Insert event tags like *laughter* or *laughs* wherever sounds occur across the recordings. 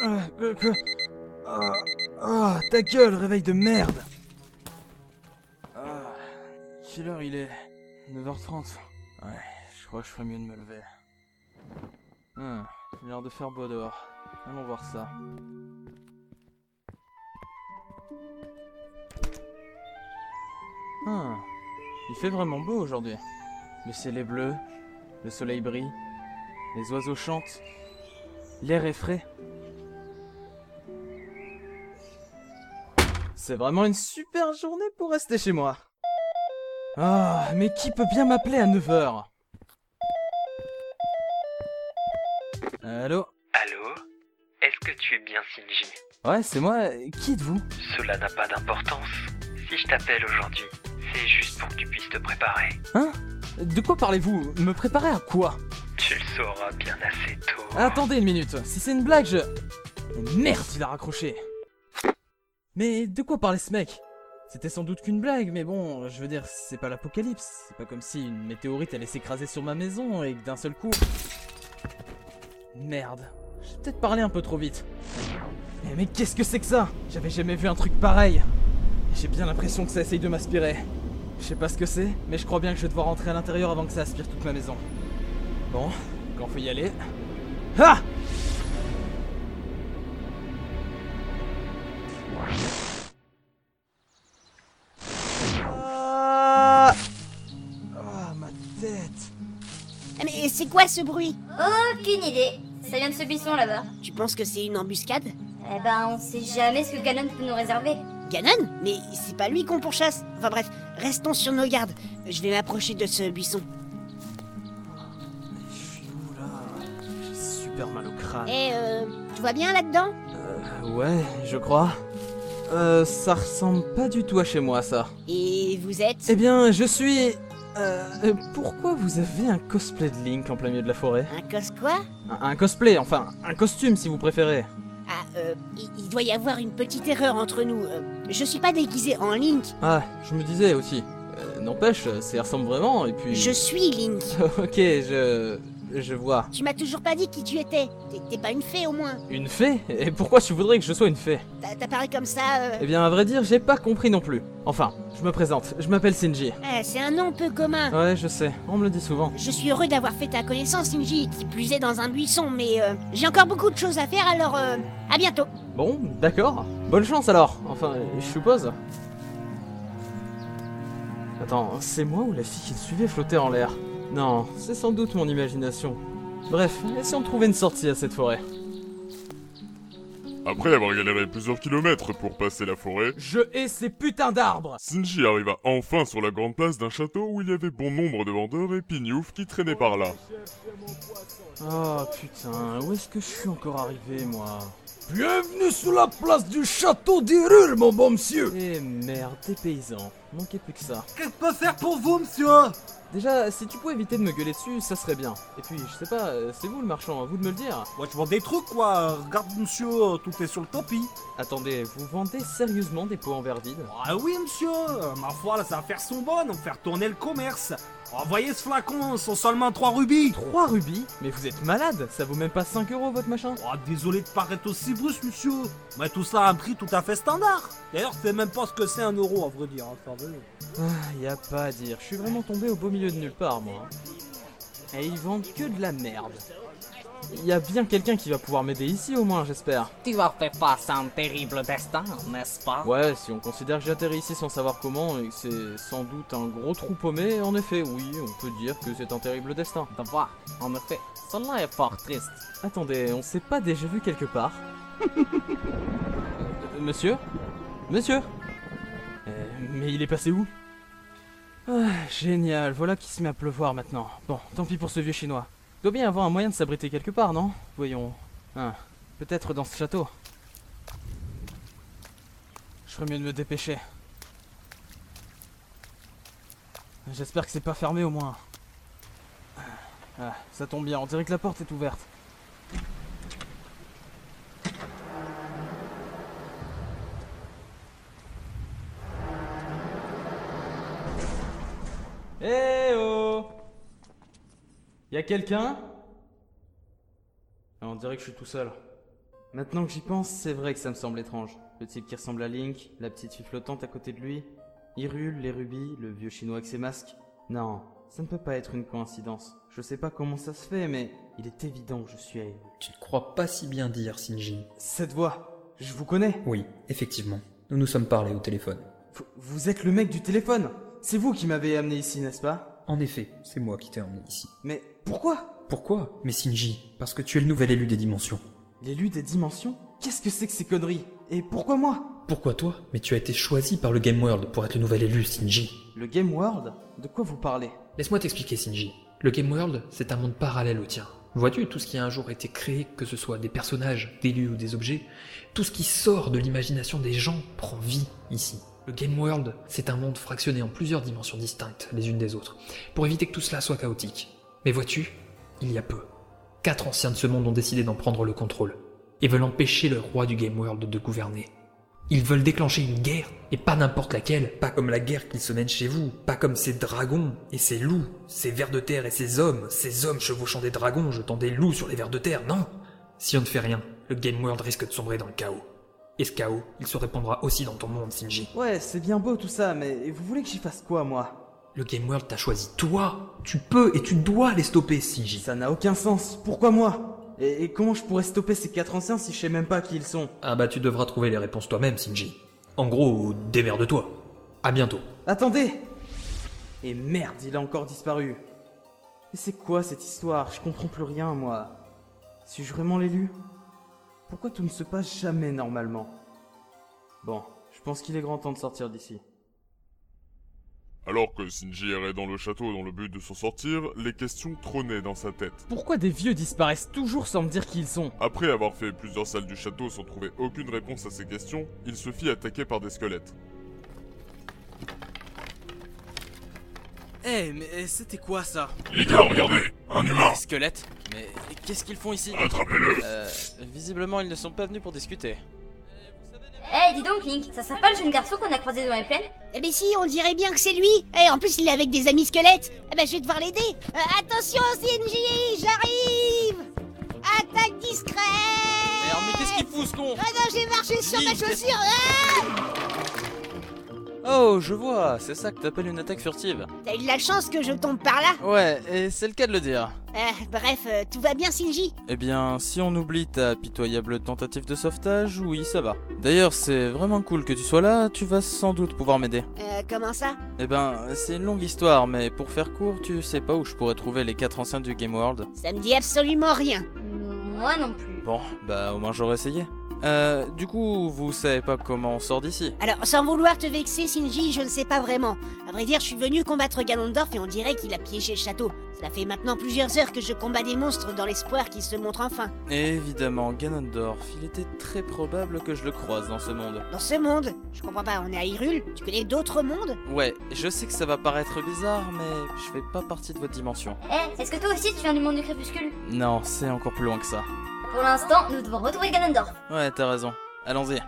Ah, euh, quoi Ah, ah, ta gueule, réveil de merde ah, Quelle heure il est 9h30. Ouais, je crois que je ferais mieux de me lever. Ah, il a l'air de faire beau dehors. Allons voir ça. Ah, il fait vraiment beau aujourd'hui. Le ciel est bleu, le soleil brille, les oiseaux chantent, l'air est frais. C'est vraiment une super journée pour rester chez moi. Ah, mais qui peut bien m'appeler à 9h Allô Allô Est-ce que tu es bien Shinji Ouais, c'est moi. Qui êtes-vous Cela n'a pas d'importance. Si je t'appelle aujourd'hui, c'est juste pour que tu puisses te préparer. De quoi parlez-vous Me préparer à quoi Tu le sauras bien assez tôt. Attendez une minute, si c'est une blague, je. Oh merde, il a raccroché. Mais de quoi parlait ce mec C'était sans doute qu'une blague, mais bon, je veux dire, c'est pas l'apocalypse. C'est pas comme si une météorite allait s'écraser sur ma maison et que d'un seul coup. Merde, j'ai peut-être parlé un peu trop vite. Mais, mais qu'est-ce que c'est que ça J'avais jamais vu un truc pareil. J'ai bien l'impression que ça essaye de m'aspirer. Je sais pas ce que c'est, mais je crois bien que je vais devoir rentrer à l'intérieur avant que ça aspire toute ma maison. Bon, quand faut y aller. Ah Ah Ah, ma tête Mais c'est quoi ce bruit Aucune idée. Ça vient de ce buisson là-bas. Tu penses que c'est une embuscade Eh ben, on sait jamais ce que Ganon peut nous réserver. Ganon Mais c'est pas lui qu'on pourchasse Enfin bref, restons sur nos gardes. Je vais m'approcher de ce buisson. Je suis où là J'ai super mal au crâne. Ah Eh, euh, tu vois bien là-dedans Ouais, je crois. Euh, ça ressemble pas du tout à chez moi, ça. Et vous êtes Eh bien, je suis... Euh, euh, pourquoi vous avez un cosplay de Link en plein milieu de la forêt un cos quoi un, un cosplay, enfin, un costume si vous préférez. Ah, euh, il, il doit y avoir une petite erreur entre nous. Euh, je suis pas déguisé en Link, Ah, je me disais aussi. Euh, N'empêche, euh, ça y ressemble vraiment, et puis... *laughs* je suis Link. ok, je... Je vois. Tu m'as toujours pas dit qui tu étais. T'es- T'es pas une fée au moins. Une fée Et pourquoi tu voudrais que je sois une fée T'as- T'apparais comme ça. euh, Eh bien, à vrai dire, j'ai pas compris non plus. Enfin, je me présente, je m'appelle Sinji. eh, c'est un nom peu commun. Ouais, je sais, on me le dit souvent. Je suis heureux d'avoir fait ta connaissance, Inji, qui plus est dans un buisson, mais euh, j'ai encore beaucoup de choses à faire, alors euh, à bientôt. Bon, d'accord. Bonne chance alors. Enfin, euh, je suppose. Attends, c'est moi ou la fille qui le suivait flottait en l'air Non, c'est sans doute mon imagination. Bref, essayons de trouver une sortie à cette forêt. Après avoir galéré plusieurs kilomètres pour passer la forêt, Je hais ces putains d'arbres Sinji arriva enfin sur la grande place d'un château où il y avait bon nombre de vendeurs et pignoufs qui traînaient par là. Oh putain, où est-ce que je suis encore arrivé moi Bienvenue sur la place du château d'Irul, mon bon monsieur Eh merde, des paysans, manquait plus que ça. Qu'est-ce que je peux faire pour vous, monsieur Déjà, si tu pouvais éviter de me gueuler dessus, ça serait bien. Et puis, je sais pas, euh, c'est vous le marchand, à vous de me le dire. Moi, je vends des trucs, quoi. Regarde, monsieur, euh, tout est sur le tapis. Attendez, vous vendez sérieusement des pots en verre vide Ah oui, monsieur. euh, Ma foi, là, ça va faire son bon. On va faire tourner le commerce. Envoyez ce flacon, ce sont seulement 3 rubis. 3 rubis Ah, Mais vous êtes malade Ça vaut même pas 5 euros votre machin Oh, désolé de paraître aussi brusque, monsieur. Mais tout ça a un prix tout à fait standard. D'ailleurs, c'est même pas ce que c'est un euro, à vrai dire. hein, pardonnez. Ah, y a pas à dire, je suis vraiment tombé au beau milieu de nulle part moi. Et ils vendent que de la merde. Y a bien quelqu'un qui va pouvoir m'aider ici au moins, j'espère. Tu as fait face à un terrible destin, n'est-ce pas Ouais, si on considère que j'ai atterri ici sans savoir comment et que c'est sans doute un gros trou paumé, en effet, oui, on peut dire que c'est un terrible destin. De voir, en effet, cela est fort triste. Attendez, on s'est pas déjà vu quelque part *laughs* Euh, Monsieur Monsieur Euh, Mais il est passé où Ah, Génial, voilà qui se met à pleuvoir maintenant. Bon, tant pis pour ce vieux chinois. Doit bien y avoir un moyen de s'abriter quelque part, non Voyons. Ah, Peut-être dans ce château. Je ferais mieux de me dépêcher. J'espère que c'est pas fermé au moins. Ah, ça tombe bien, on dirait que la porte est ouverte. Eh oh Y'a quelqu'un Ah, On dirait que je suis tout seul. Maintenant que j'y pense, c'est vrai que ça me semble étrange. Le type qui ressemble à Link, la petite fille flottante à côté de lui, Hyrule, les rubis, le vieux chinois avec ses masques. Non, ça ne peut pas être une coïncidence. Je sais pas comment ça se fait, mais il est évident que je suis à Hyrule. Tu ne crois pas si bien dire, Shinji. Cette voix, je vous connais. Oui, effectivement. Nous nous sommes parlé au téléphone. Vous, vous êtes le mec du téléphone. C'est vous qui m'avez amené ici, n'est-ce pas En effet, c'est moi qui t'ai emmené ici. Mais pourquoi Pourquoi Mais Shinji, parce que tu es le nouvel élu des dimensions. L'élu des dimensions Qu'est-ce que c'est que ces conneries Et pourquoi moi Pourquoi toi Mais tu as été choisi par le Game World pour être le nouvel élu, Shinji. Le Game World De quoi vous parlez Laisse-moi t'expliquer, Shinji. Le Game World, c'est un monde parallèle au tien. Vois-tu, tout ce qui a un jour été créé, que ce soit des personnages, des lieux ou des objets, tout ce qui sort de l'imagination des gens prend vie ici. Le Game World, c'est un monde fractionné en plusieurs dimensions distinctes les unes des autres, pour éviter que tout cela soit chaotique. Mais vois-tu, il y a peu, quatre anciens de ce monde ont décidé d'en prendre le contrôle, et veulent empêcher le roi du Game World de gouverner. Ils veulent déclencher une guerre, et pas n'importe laquelle. Pas comme la guerre qu'ils se mènent chez vous, pas comme ces dragons et ces loups, ces vers de terre et ces hommes, ces hommes chevauchant des dragons, jetant des loups sur les vers de terre, non Si on ne fait rien, le Game World risque de sombrer dans le chaos. Et ce chaos, il se répandra aussi dans ton monde, Shinji. Ouais, c'est bien beau tout ça, mais vous voulez que j'y fasse quoi, moi Le Game World t'a choisi toi Tu peux et tu dois les stopper, Shinji. Ça n'a aucun sens. Pourquoi moi et, et comment je pourrais stopper ces quatre anciens si je sais même pas qui ils sont Ah bah tu devras trouver les réponses toi-même, Shinji. En gros, démerde-toi. À bientôt. Attendez Et merde, il a encore disparu. Mais c'est quoi cette histoire Je comprends plus rien, moi. Suis-je vraiment l'élu Pourquoi tout ne se passe jamais normalement Bon, je pense qu'il est grand temps de sortir d'ici. Alors que Shinji errait dans le château dans le but de s'en sortir, les questions trônaient dans sa tête. Pourquoi des vieux disparaissent toujours sans me dire qui ils sont Après avoir fait plusieurs salles du château sans trouver aucune réponse à ces questions, il se fit attaquer par des squelettes. Eh, mais c'était quoi ça Les gars, regardez Un humain Des squelettes Mais qu'est-ce qu'ils font ici Attrapez-le Euh, visiblement, ils ne sont pas venus pour discuter. Eh, dis donc, Link, ça sera pas le jeune garçon qu'on a croisé dans les plaines Eh ben si, on dirait bien que c'est lui Et en plus, il est avec des amis squelettes Eh ben, je vais devoir l'aider Euh, Attention, CNJ, j'arrive Attaque discrète Merde, mais qu'est-ce qu'il fout ce con Ah non, j'ai marché sur ma Link, qu'est-ce- chaussure Ah Oh, je vois, c'est ça que t'appelles une attaque furtive. T'as eu de la chance que je tombe par là Ouais, et c'est le cas de le dire. Euh, Bref, euh, tout va bien, Sinji Eh bien, si on oublie ta pitoyable tentative de sauvetage, oui, ça va. D'ailleurs, c'est vraiment cool que tu sois là, tu vas sans doute pouvoir m'aider. Euh, comment ça Eh ben, c'est une longue histoire, mais pour faire court, tu sais pas où je pourrais trouver les quatre anciens du Game World. Ça me dit absolument rien. Moi non plus. Bon, bah au moins j'aurais essayé. Euh, du coup, vous savez pas comment on sort d'ici Alors, sans vouloir te vexer, Sinji, je ne sais pas vraiment. À vrai dire, je suis venu combattre Ganondorf et on dirait qu'il a piégé le château. Cela fait maintenant plusieurs heures que je combats des monstres dans l'espoir qu'ils se montrent enfin. Évidemment, Ganondorf, il était très probable que je le croise dans ce monde. Dans ce monde, je comprends pas, on est à Hyrule Tu connais d'autres mondes Ouais, je sais que ça va paraître bizarre, mais je fais pas partie de votre dimension. Eh, est-ce que toi aussi tu viens du monde du crépuscule Non, c'est encore plus loin que ça. Pour l'instant, nous devons retrouver Ganondorf. Ouais, t'as raison. Allons-y.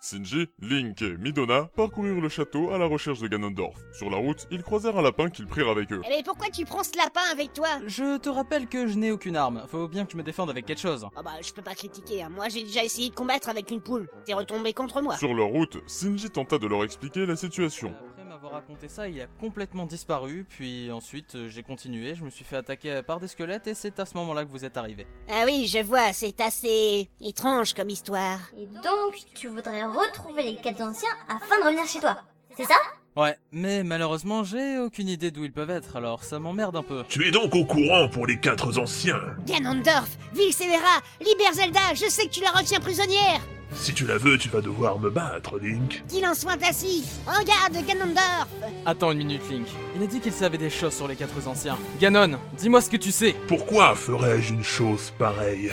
Shinji, Link et Midona parcoururent le château à la recherche de Ganondorf. Sur la route, ils croisèrent un lapin qu'ils prirent avec eux. Eh mais pourquoi tu prends ce lapin avec toi Je te rappelle que je n'ai aucune arme. Faut bien que je me défende avec quelque chose. Ah bah, je peux pas critiquer, hein. moi j'ai déjà essayé de combattre avec une poule. T'es retombé contre moi. Sur leur route, Shinji tenta de leur expliquer la situation. Après m'avoir raconté ça, il a complètement disparu. Puis ensuite, euh, j'ai continué. Je me suis fait attaquer par des squelettes et c'est à ce moment-là que vous êtes arrivés. Ah oui, je vois, c'est assez étrange comme histoire. Et donc, tu voudrais retrouver les quatre anciens afin de revenir chez toi. C'est ça Ouais, mais malheureusement, j'ai aucune idée d'où ils peuvent être. Alors ça m'emmerde un peu. Tu es donc au courant pour les quatre anciens. Ganondorf, ville scélérat, libère Zelda, je sais que tu la retiens prisonnière Si tu la veux, tu vas devoir me battre, Link. Qu'il en soit ainsi En garde, Ganondorf Attends une minute, Link. Il a dit qu'il savait des choses sur les quatre anciens. Ganon, dis-moi ce que tu sais. Pourquoi ferais-je une chose pareille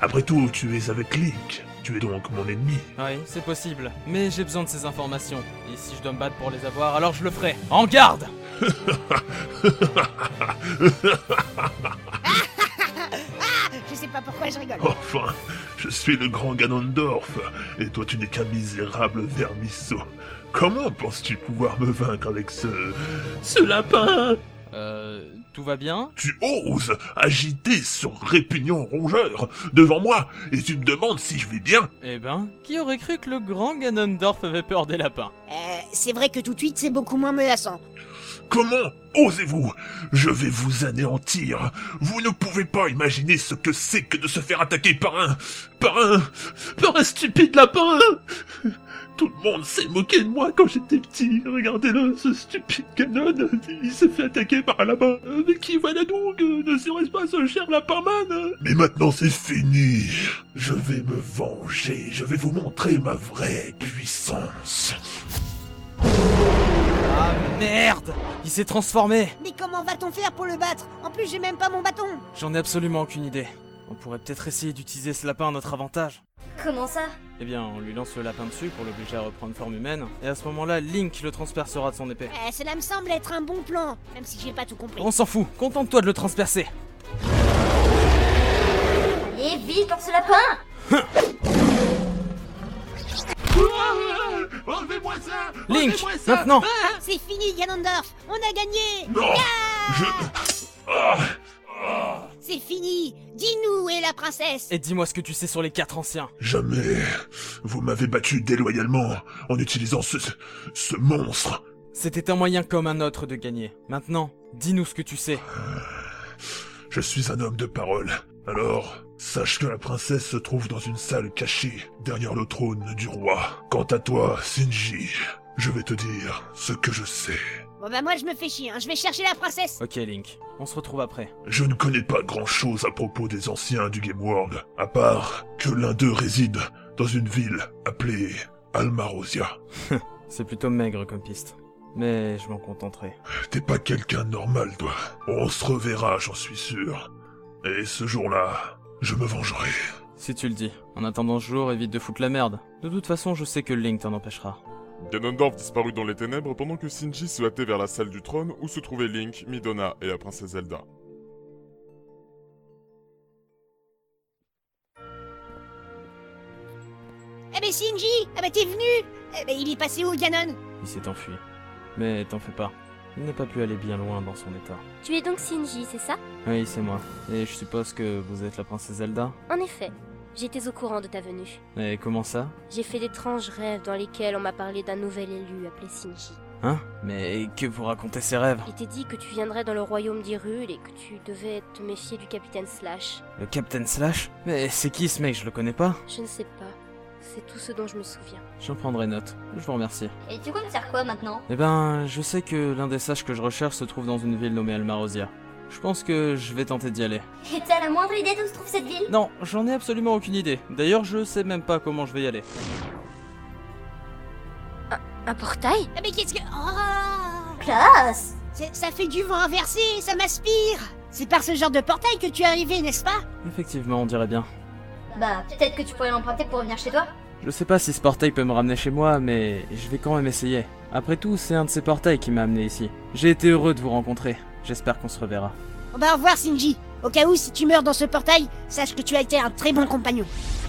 Après tout, tu es avec Link. Tu es donc mon ennemi. *laughs* Oui, c'est possible. Mais j'ai besoin de ces informations. Et si je dois me battre pour les avoir, alors je le ferai. En garde Je sais pas pourquoi je rigole. Enfin, je suis le grand Ganondorf, et toi tu n'es qu'un misérable vermisseau. Comment penses-tu pouvoir me vaincre avec ce... ce lapin Euh, tout va bien Tu oses agiter ce répugnant rongeur devant moi et tu me demandes si je vais bien Eh ben, qui aurait cru que le grand Ganondorf avait peur des lapins Euh, c'est vrai que tout de suite, c'est beaucoup moins menaçant. Comment osez-vous Je vais vous anéantir. Vous ne pouvez pas imaginer ce que c'est que de se faire attaquer par un... par un... par un stupide lapin Tout le monde s'est moqué de moi quand j'étais petit. Regardez-le, ce stupide canon. Il s'est fait attaquer par un lapin. Euh, Mais qui voilà donc euh, Ne serait-ce pas ce cher lapin-man Mais maintenant c'est fini. Je vais me venger. Je vais vous montrer ma vraie puissance. Ah merde Il s'est transformé Mais comment va-t-on faire pour le battre En plus, j'ai même pas mon bâton. J'en ai absolument aucune idée. On pourrait peut-être essayer d'utiliser ce lapin à notre avantage. Comment ça Eh bien, on lui lance le lapin dessus pour l'obliger à reprendre forme humaine, et à ce moment-là, Link le transpercera de son épée. Euh, cela me semble être un bon plan, même si j'ai pas tout Oh. compris. On s'en fout, contente-toi de le transpercer Et vite pour ce lapin Enlevez-moi ça Link, maintenant Ah, C'est fini, Ganondorf On a gagné Non Je... Ah C'est fini Dis-nous où est la princesse Et dis-moi ce que tu sais sur les quatre anciens. Jamais vous m'avez battu déloyalement en utilisant ce... ce monstre. C'était un moyen comme un autre de gagner. Maintenant, dis-nous ce que tu sais. Je suis un homme de parole. Alors, sache que la princesse se trouve dans une salle cachée derrière le trône du roi. Quant à toi, Shinji, je vais te dire ce que je sais. Bon bah moi, je me fais chier, hein. je vais chercher la princesse Ok Link, on se retrouve après. Je ne connais pas grand-chose à propos des anciens du Game World, à part que l'un d'eux réside dans une ville appelée Almarosia. C'est plutôt maigre comme piste. Mais je m'en contenterai. T'es pas quelqu'un de normal, toi. On se reverra, j'en suis sûr. Et ce jour-là, je me vengerai. Si tu le dis. En attendant ce jour, évite de foutre la merde. De toute façon, je sais que Link t'en empêchera. Ganondorf disparut dans les ténèbres pendant que Shinji se hâtait vers la salle du trône où se trouvaient Link, Midona et la princesse Zelda. Eh ben Shinji Eh ben t'es venu Eh ben il est passé où, Ganon Il s'est enfui. Mais t'en fais pas. Il n'a pas pu aller bien loin dans son état. Tu es donc Shinji, c'est ça Oui, c'est moi. Et je suppose que vous êtes la princesse Zelda En effet, j'étais au courant de ta venue. Et comment ça J'ai fait d'étranges rêves dans lesquels on m'a parlé d'un nouvel élu appelé Shinji. Hein Mais que vous racontez ces rêves Il t'est dit que tu viendrais dans le royaume d'Irule et que tu devais te méfier du capitaine Slash. Le Captain Slash Mais c'est qui ce mec Je le connais pas. Je ne sais pas. C'est tout ce dont je me souviens. J'en prendrai note. Je vous remercie. Et tu comptes faire quoi maintenant Eh ben, je sais que l'un des sages que je recherche se trouve dans une ville nommée Almarosia. Je pense que je vais tenter d'y aller. Et t'as la moindre idée d'où se trouve cette ville Non, j'en ai absolument aucune idée. D'ailleurs, je sais même pas comment je vais y aller. Un portail Eh ben qu'est-ce que... Oh Classe C'est- Ça fait du vent inversé, ça m'aspire C'est par ce genre de portail que tu es arrivé, n'est-ce pas Effectivement, on dirait bien. Bah, peut-être que tu pourrais l'emprunter pour revenir chez toi Je sais pas si ce portail peut me ramener chez moi, mais je vais quand même essayer. Après tout, c'est un de ces portails qui m'a amené ici. J'ai été heureux de vous rencontrer. J'espère qu'on se reverra. On va au revoir, Shinji Au cas où, si tu meurs dans ce portail, sache que tu as été un très bon compagnon.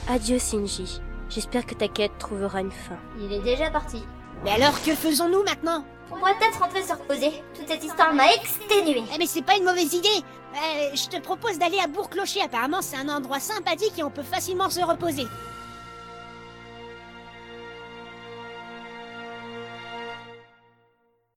Adieu Shinji. J'espère que ta quête trouvera une fin. Il est déjà parti. Mais alors, que faisons-nous maintenant On pourrait peut-être rentrer se reposer. Toute cette histoire m'a exténué. Eh mais c'est pas une mauvaise idée Eh, Euh, Je te propose d'aller à Bourg-Clocher, apparemment c'est un endroit sympathique et on peut facilement se reposer.